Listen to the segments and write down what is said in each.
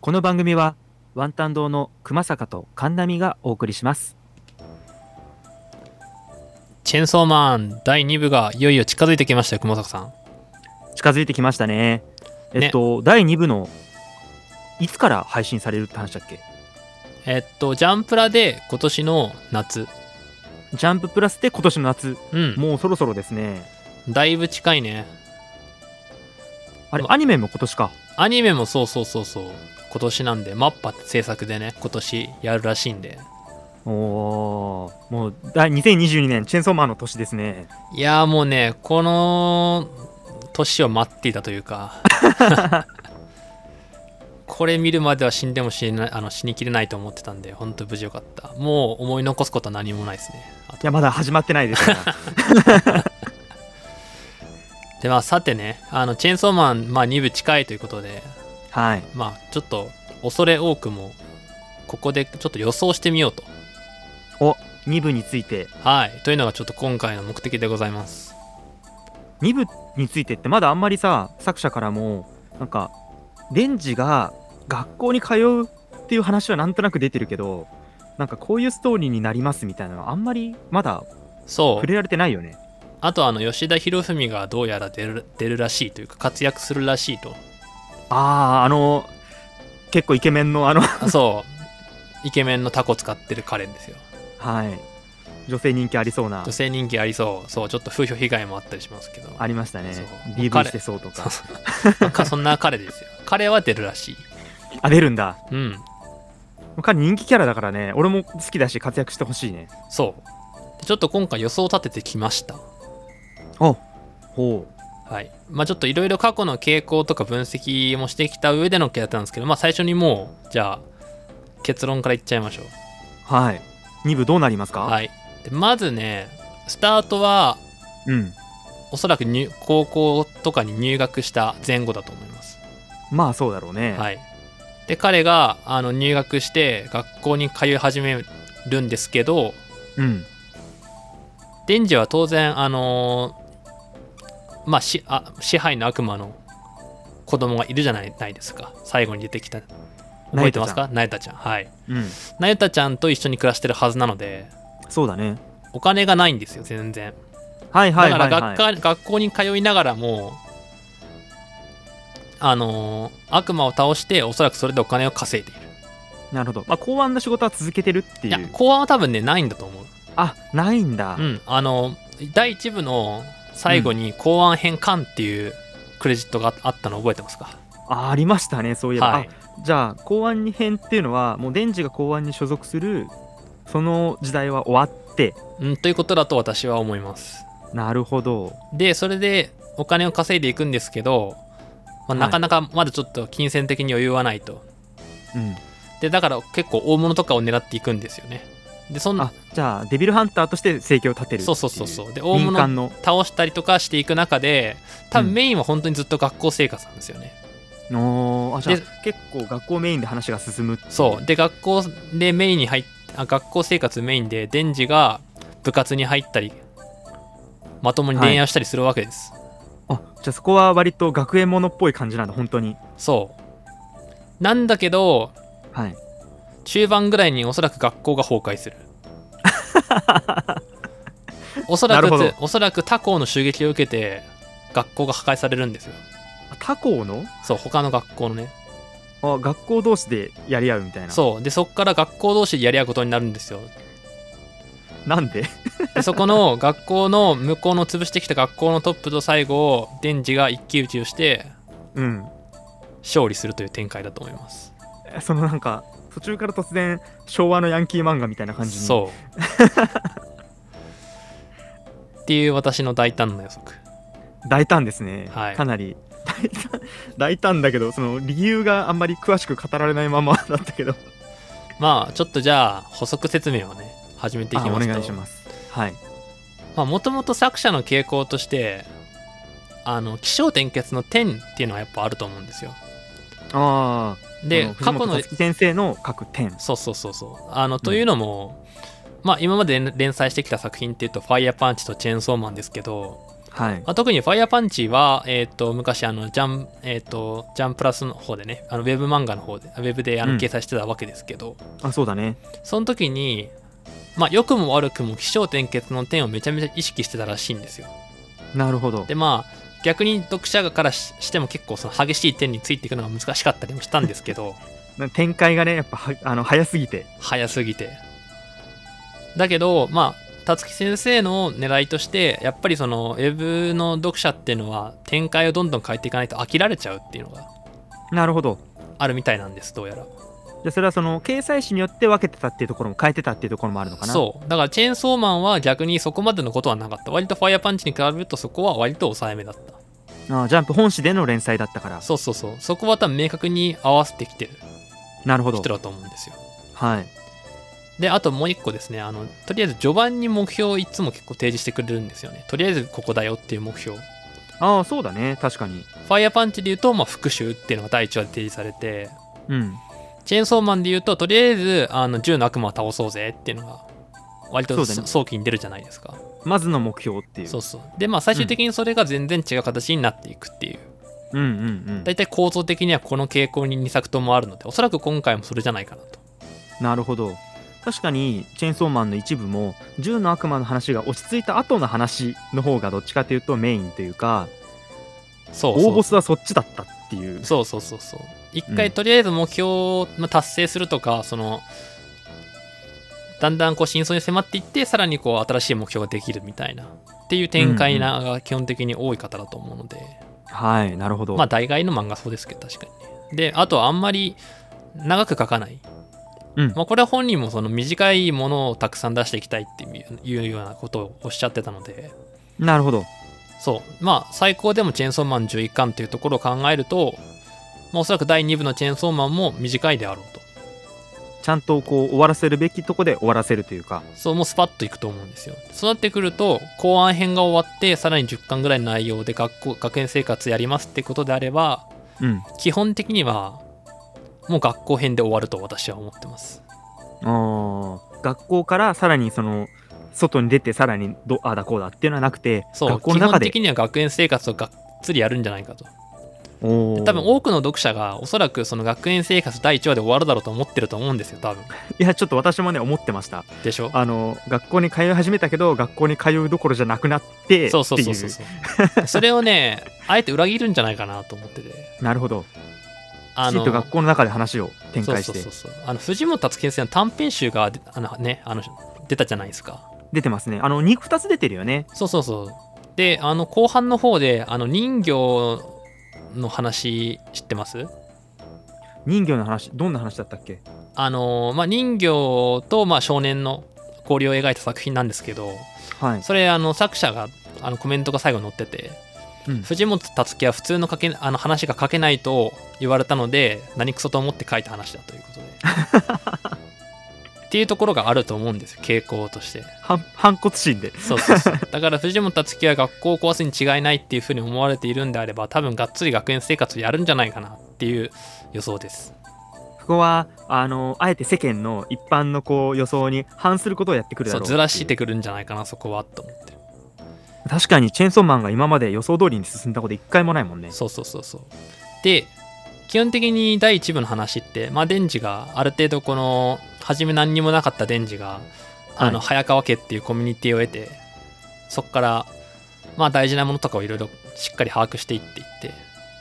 この番組はワンタン堂の熊坂と神波がお送りしますチェンソーマン第2部がいよいよ近づいてきましたよ熊坂さん近づいてきましたねえっと、第2部のいつから配信されるって話だっけえっとジャンプラで今年の夏ジャンププラスで今年の夏うんもうそろそろですねだいぶ近いねあれまアニメも今年かアニメもそうそうそうそう今年なんでマッパって制作でね今年やるらしいんでおーもう第2022年チェーンソーマンの年ですねいやーもうねこの年を待っていたというかこれ見るまでは死んでも死ねないあの死にきれないと思ってたんで本当無事よかったもう思い残すことは何もないですねあいやまだ始まってないですから でまあさてねあのチェーンソーマン、まあ、2部近いということではいまあちょっと恐れ多くもここでちょっと予想してみようとお2部についてはいというのがちょっと今回の目的でございます2部についてってまだあんまりさ作者からもなんかレンジが学校に通うっていう話はなんとなく出てるけどなんかこういうストーリーになりますみたいなのはあんまりまだそ触うれられてないよねあとあの吉田博文がどうやら出る出るらしいというか活躍するらしいとあああの結構イケメンのあのあそう イケメンのタコ使ってるカレンですよ はい女性人気ありそうな女性人気ありそうそうちょっと風評被害もあったりしますけどありましたねそう DV してそうとそうかそう かそんな彼ですよ彼は出るらしいあ出るんだうん彼人気キャラだからね俺も好きだし活躍してほしいねそうちょっと今回予想を立ててきましたほうはいまあちょっといろいろ過去の傾向とか分析もしてきた上でのだったんですけどまあ最初にもうじゃあ結論からいっちゃいましょうはい2部どうなりますか、はいでまずねスタートはうんおそらく入高校とかに入学した前後だと思いますまあそうだろうね、はい、で彼があの入学して学校に通い始めるんですけどうんデンジは当然あのーまあしあ支配の悪魔の子供がいるじゃないないですか最後に出てきた覚えてますかナユタちゃんはいうんナユタちゃんと一緒に暮らしてるはずなのでそうだね。お金がないんですよ全然はいはだいかはらい、学は科学校に通いながらもあのー悪魔を倒しておそらくそれでお金を稼いでいるい。なるほど。まあ、公安の仕事は続けてるっていいやう。公安は多分ねないんだと思うあ、ないんだ。うん、あの第1部の最後に公安編巻っていうクレジットがあったの覚えてますか、あありましたね、そういえば。はい、あじゃあ、公安に編っていうのは、もうデンジが公安に所属する、その時代は終わって、うん。ということだと私は思います。なるほど。でそれでお金を稼いでいくんですけど、まあはいなかなかまだちょっと金銭的に余裕はないと。うん。でだから結構大物とかを狙っていくんですよね。でそんあ、じゃあ、デビルハンターとして生計を立てるっていそうそうそうそう。で大民物間の。倒したりとかしていく中で多う分んメインは本当にずっと学校生活なんですよね。おーあ、じゃあで、結構学校メインで話が進むっていそうで学校でメインに入っあ学校生活メインでデンジが部活に入ったりまともに恋愛をしたりするわけです、あ、じゃあそこは割と学園ものっぽい感じなんだ、本当に。そうなんだけどはい。中盤ぐらいにおそらく学校が崩壊する おそらなるくほどおそらく他校の襲撃を受けて学校が破壊されるんですよあ他校のそう他の学校のねあ学校同士でやり合うみたいな。そうでそっから学校同士でやり合うことになるんですよなんででそこの学校の向こうの潰してきた学校のトップと最後デンジが一騎打ちをしてうん。勝利するという展開だと思いますそのなんか途中から突然昭和のヤンキー漫画みたいな感じにそうっていう私の大胆な予測大胆ですね、はいかなり 大胆大胆だけどその理由があんまり詳しく語られないままだったけどまあちょっとじゃあ補足説明をね始めていきあおますと願いしますはいまあもともと作者の傾向としてあの起承転結の点っていうのはやっぱあると思うんですよああで過去の月先生の各点そうそうそうそうあの、というのもまあ今まで連連載してきた作品っていうと「ファイヤーパンチ」と「チェーンソーマン」ですけどはいまあ、特にファイヤーパンチは、えー、と昔あのジャン、えー、とジャンプラスの方でねあのウェブ漫画の方であウェブであのうん掲載してたわけですけど、あそうだねその時にまあ良くも悪くも起承転結の点をめちゃめちゃ意識してたらしいんですよなるほどでまあ逆に読者からししても結構その激しい点についていくのが難しかったりもしたんですけどな展開がねやっぱはあの早すぎて早すぎてだけどまあ辰木先生の狙いとしてやっぱりそのウェブの読者っていうのは展開をどんどん変えていかないと飽きられちゃうっていうのがなるほどあるみたいなんですどうやらじゃあそれはその掲載誌によって分けてたっていうところも変えてたっていうところもあるのかなそうだからチェーンソーマンは逆にそこまでのことはなかった割とファイヤーパンチに比べるとそこは割と抑えめだったあジャンプ本誌での連載だったからそうそうそうそこは多分明確に合わせてきてるなるほど人だと思うんですよはいであともう一個ですねあのとりあえず序盤に目標をいつも結構提示してくれるんですよねとりあえずここだよっていう目標フああそうだね確かにァイヤーパンチで言うと、まあ、復讐っていうのが第1話で提示されてうんチェーンソーマンで言うととりあえずあの銃の悪魔を倒そうぜっていうのが割とそうだね早期に出るじゃないですかまずの目標っていうそうそうでまあ最終的にそれが全然違う形になっていくっていううんうんうん大体構造的にはこの傾向に2作ともあるのでおそらく今回もそれじゃないかなとなるほど確かにチェーンソーマンの一部も銃の悪魔の話が落ち着いた後の話の方がどっちかというとメインというかそうそ大うボスはそっちだったっていうそうそうそうそう一う回んとりあえず目標をまあ達成するとかそのだんだんこう真相に迫っていってさらにこう新しい目標ができるみたいなっていう展開なが基本的に多い方だと思うので、はいなるほど、まあ大概の漫画そうですけど確かにねであとはあんまり長く書かない、うんまあ、これは本人もその短いものをたくさん出していきたいっていういうようなことをおっしゃってたのでなるほどそうまあ最高でもチェーンソーマン11巻というところを考えると、まあ、おそらく第2部のチェーンソーマンも短いであろうとちゃんとこう終わらせるべきとこで終わらせるというかそうもうスパッといくと思うんですよそうなってくると後半編が終わってさらに10巻ぐらいの内容で学校学園生活やりますってことであればうん基本的にはもう学校編で終わると私は思ってますあー学校からさらにその外に出てさらにどああだこうだっていうのはなくてそう学校の中で基本的には学園生活をがっつりやるんじゃないかとおー多分多くの読者がおそらくその学園生活第1話で終わるだろうと思ってると思うんですよ多分いやちょっと私もね思ってましたでしょあの学校に通い始めたけど学校に通うどころじゃなくなってそうそうそうってそいうそ うそれをねあえて裏切るんじゃないかなと思っててうなるほどあきちんと学校の中で話を展そう開しそうそてうそうあの藤本達先生の短編集がであのねあの出たじゃないですか出てますねあの肉2つ出てるよねそうそうそうであの後半の方であの人形の話知ってます人魚の話どんな話だったっけあのまあ、人魚と、まあ、少年の交流を描いた作品なんですけどはい、それあの作者があのコメントが最後に載っててうん藤本達樹は普通の書けあの話が書けないと言われたので何クソと思って書いた話だという ことでっていうところがあると思うんですよ傾向として反反骨心でそうそ うそうだから藤本達樹は学校を壊すに違いないっていうふうに思われているんであれば多分がっつり学園生活をやるんじゃないかなっていう予想ですここはあのあえて世間の一般のこう予想に反することをやってくるだそろうっうていずうらしてくるんじゃないかなそこはと思ってる確かにチェーンソーマンが今まで予想通りに進んだこと一回もないもんねそうそうそうそうで基本的に第1部の話ってまあデンジがある程度この初め何にもなかったデンジがあのは早川家っていうコミュニティを得てそこからまあ大事なものとかをいろいろしっかり把握していっていって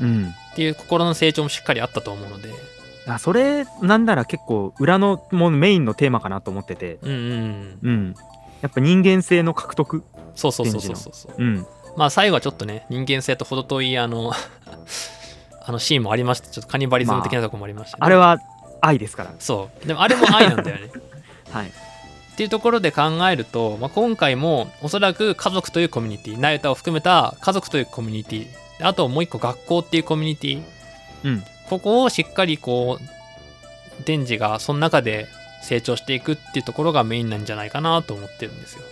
うんっていう心の成長もしっかりあったと思うのであそれなんなら結構裏のもうメインのテーマかなと思っててうんうんうんうんやっぱ人間性の獲得そうそうそうそうそうそううんまあ最後はちょっとね人間性と程遠いあの あのシーンもありましたちょっとカニバリズム的なとこもありました、ねあれは愛ですからそうでもあれも愛なんだよねはいっていうところで考えると、まあ、今回もおそらく家族というコミュニティナユタを含めた家族というコミュニティであともう一個学校っていうコミュニティうんここをしっかりこうデンジがその中で成長していくっていうところがメインなんじゃないかなと思ってるんですよ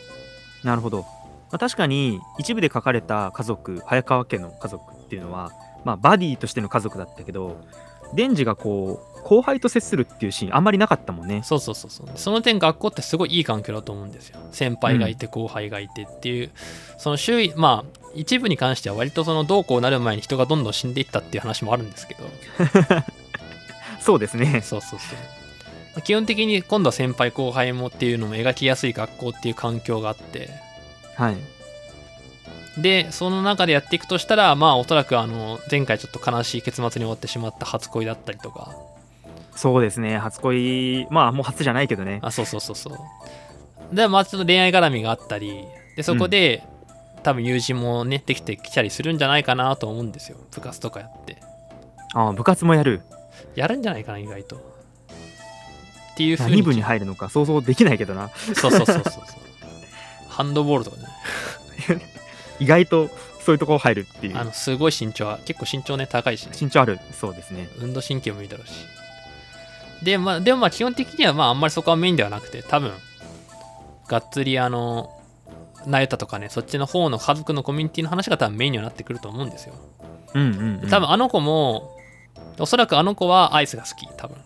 なるほど、まあ、確かに一部で書かれた家族早川家の家族っていうのは、まあ、バディとしての家族だったけどデンジがこう後輩と接するっていうシーンあんまりなかったもんねそうそうそうそうその点学校ってすごいいい環境だと思うんですよ先輩がいて後輩がいてっていう、その周囲まあ一部に関しては割とそのどうこうなる前に人がどんどん死んでいったっていう話もあるんですけどそうですねそうそうそうまあ基本的に今度は先輩後輩もっていうのも描きやすい学校っていう環境があってはいでその中でやっていくとしたらまあおそらくあの前回ちょっと悲しい結末に終わってしまった初恋だったりとかそうですね初恋まあもう初じゃないけどねあそうそうそうそうでまあちょっと恋愛絡みがあったりでそこで、多分友人もねできてきたりするんじゃないかなと思うんですよ部活とかやってああ部活もやるやるんじゃないかな意外とっていうふう何に部に入るのか想像できないけどなそうそうそうそうそうハンドボールとかね意外とそういうとこ入るっていあうのすごい身長は結構身長ね高いし、ね、身長あるそうですね運動神経もいいだろうしで,、まあ、でもまあ基本的にはまああんまりそこはメインではなくて多分がっつりあのナユタとかねそっちの方の家族のコミュニティの話が多分メインにはなってくると思うんですようんうん、うん、多分あの子も、おそらくあの子はアイスが好き多分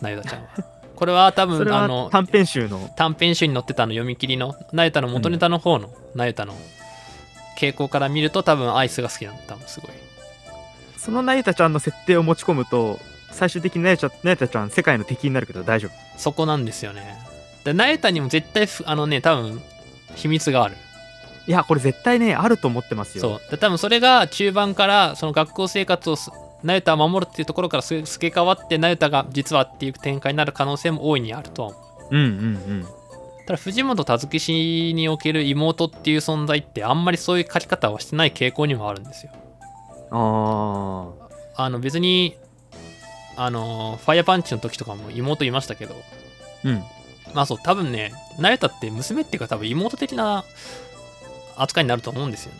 ナユタ ちゃんはこれは多それ分あはの短編集の短編集に載ってたあの読み切りのナユタの元ネタの方の、ナユタの傾向から見ると多分アイスが好きなんだ多分すごいそのなゆたちゃんの設定を持ち込むと最終的になゆたなゆたちゃん世界の敵になるけど大丈夫そこなんですよねでナエタにも絶対ふあのね多分秘密があるいやこれ絶対ねあると思ってますよそうで多分それが中盤からその学校生活をすナエタを守るっていうところからす透け替わってナエタが実はっていう展開になる可能性も大いにあるとは思ううんうんただ藤本和樹氏における妹っていう存在ってあんまりそういう書き方はしてない傾向にもあるんですようんあああの別にあのファイヤーパンチの時とかも妹いましたけどうんまあそう、多分ね、ナユタって娘っていうか多分妹的な扱いになると思うんですよ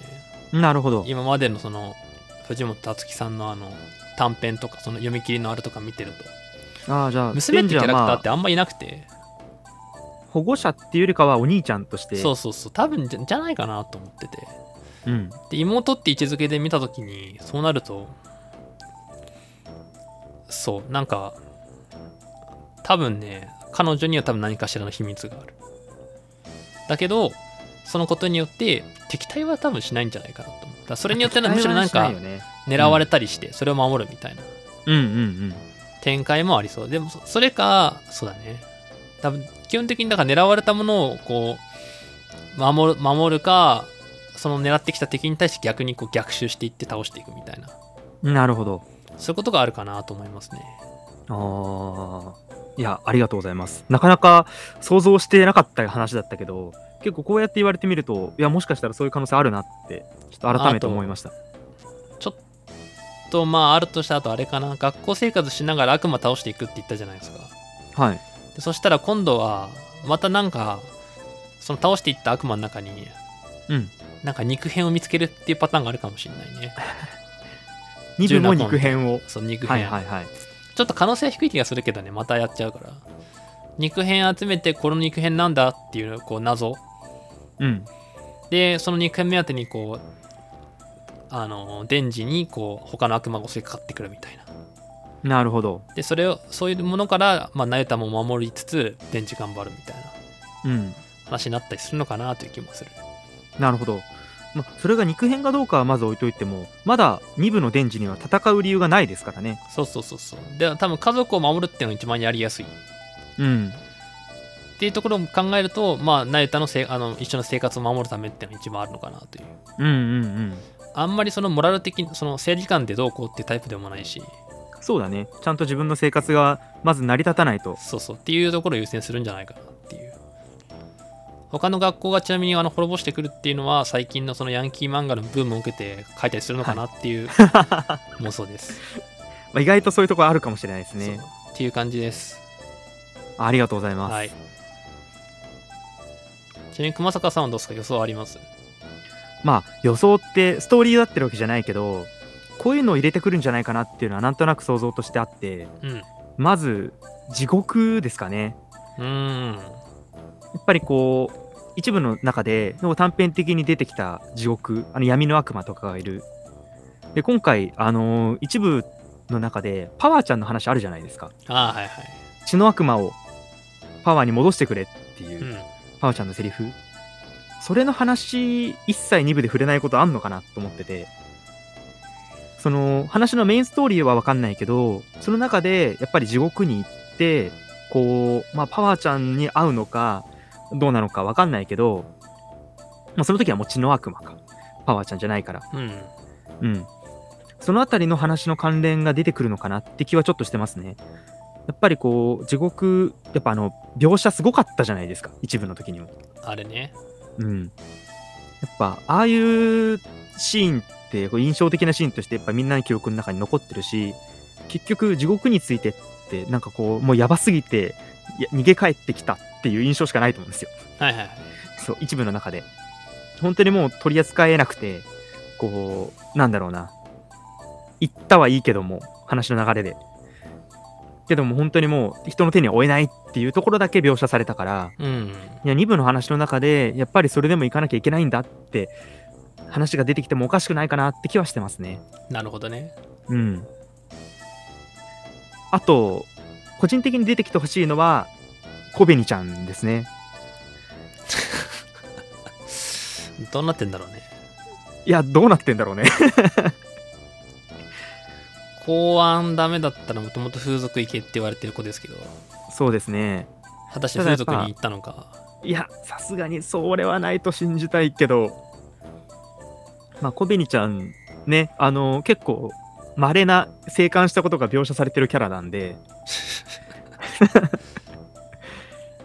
ね。なるほど今までのその、藤本達樹さんのあの、短編とか、その読み切りのあれとか見てると、ああじゃあ娘ってキャラクターっレンジャーはてあんまいなくて、まあ保護者っていうよりかはお兄ちゃんとしてそうそうそう、多分じゃじゃないかなと思ってて。うんで、妹って位置づけで見たときに、そうなると、そう、なんか、多分ね、彼女には多分何かしらの秘密がある。だけど、そのことによって、敵対は多分しないんじゃないかなと思う。だからそれによってな、むしろなん期待はかしいよ、ね狙われたりして、それを守るみたいなうんうん展開もありそう。でも、そそれか、そうだね。多分、基本的にだから狙われたものを、こう、守る、守るか、その狙ってきた敵に対して逆にこう逆襲していって倒していくみたいな。うんなるほどそういうことがあるかなと思いますね。あーいやありがとうございますなかなか想像してなかった話だったけど結構こうやって言われてみるといやもしかしたらそういう可能性あるなってちょっと改めて思いましたちょっと、まあ、あるとしたらあとあれかな。学校生活しながら悪魔倒していくって言ったじゃないですか。はいでそしたら今度は、またなんか、その倒していった悪魔の中に、うんなんか肉片を見つけるっていうパターンがあるかもしれないね。 2部も肉片をその肉片。はいはいはいちょっと可能性は低い気がするけどね、またやっちゃうから。肉片集めて、この肉片なんだっていう、こう、謎。うんで、その肉片目当てに、こう、あの、デンジに、こう、他の悪魔が襲いかかってくるみたいな。なるほどで、それを、そういうものから、まあ、ナユタも守りつつ、デンジ頑張るみたいなうん話になったりするのかなという気もする。なるほど、ま、それが肉片かどうかはまず置いといてもまだ2部のデンジには戦う理由がないですからねそうそうそうそう。で、多分家族を守るっていうのが一番やりやすい。うんっていうところも考えると、まあ、ナユタのせいあの一緒の生活を守るためっていうのが一番あるのかなという。うんうんうんあんまりそのモラル的にその正義感でどうこうっていうタイプでもないしそうだねちゃんと自分の生活がまず成り立たないとそうそうっていうところを優先するんじゃないかなっていう他の学校がちなみにあの滅ぼしてくるっていうのは最近のそのヤンキー漫画のブームを受けて書いたりするのかなっていう妄想です、まあ意外とそういうところあるかもしれないです ねそうっていう感じですありがとうございます、はいちなみに熊坂さんはどうですか予想ありますまあ予想ってストーリーだってるわけじゃないけどこういうのを入れてくるんじゃないかなっていうのはなんとなく想像としてあってうんうまず地獄ですかねーんやっぱりこう一部の中ででも短編的に出てきた地獄あの闇の悪魔とかがいるで今回あのー一部の中でパワーちゃんの話あるじゃないですかああはいはい血の悪魔をパワーに戻してくれっていうう、んパワーちゃんのセリフそれの話一切2部で触れないことあんのかなと思っててその話のメインストーリーは分かんないけどその中でやっぱり地獄に行ってこう、まあ、パワーちゃんに会うのかどうなのか分かんないけど、まあ、その時はもう血の悪魔かパワーちゃんじゃないからうんうん、そのあたりの話の関連が出てくるのかなって気はちょっとしてますね。やっぱりこう地獄やっぱあの描写すごかったじゃないですか一部の時にも。あれねうん、やっぱああいうシーンってこう印象的なシーンとしてやっぱみんなの記憶の中に残ってるし結局地獄についてってなんかこうもうやばすぎていや逃げ帰ってきたっていう印象しかないと思うんですよ。はいはいはいそう一部の中で本当にもう取り扱えなくてこうなんだろうな言ったはいいけども話の流れでけども本当にもう人の手には負えないっていうところだけ描写されたからうんいや2部の話の中でやっぱりそれでも行かなきゃいけないんだって話が出てきてもおかしくないかなって気はしてますねなるほどねうんあと個人的に出てきてほしいのはコベニちゃんですねどうなってんだろうねいやどうなってんだろうね 公安ダメだったらもともと風俗行けって言われてる子ですけどそうですね果たして風俗に行ったのかいや、さすがにそれはないと信じたいけど、まあ、コベニちゃん、ね、あの結構、稀な生還したことが描写されてるキャラなんで、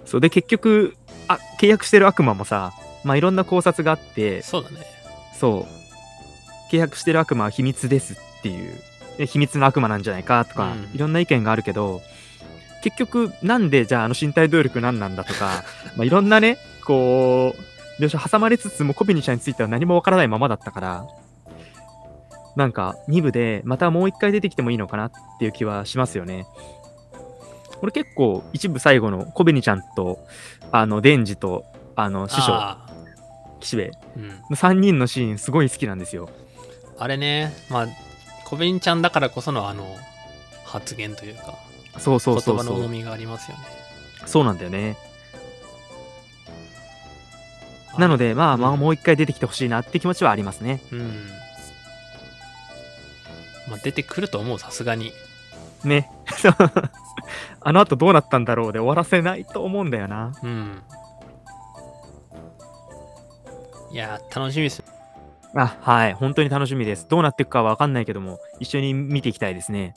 そうで、結局あ、契約してる悪魔もさ、まあ、いろんな考察があって、 そうだねそう、契約してる悪魔は秘密ですっていう、で秘密の悪魔なんじゃないかとか、うんいろんな意見があるけど、結局、なんでじゃああの身体能力なんなんだとか、 まあいろんなね、こう、描写挟まれつつもコビニちゃんについては何もわからないままだったから、なんか2部でまたもう一回出てきてもいいのかなっていう気はしますよね。俺結構一部最後のコビニちゃんと、あの、デンジと、あの、師匠、ああ岸辺うんの3人のシーンすごい好きなんですよ。あれねまあコベンちゃんだからこそのあの発言というかそうそうそう言葉その重う。みがありますよねそうなんだよね。あなので、まあまうあ、んもう一回出てきてほしいなって気持ちはありますね。うんまあ出てくると思うさすがにね。 そうあの後どうなったんだろうで終わらせないと思うんだよな。うんいやー楽しみですねあ、はい。本当に楽しみです。どうなっていくかはわかんないけども、一緒に見ていきたいですね。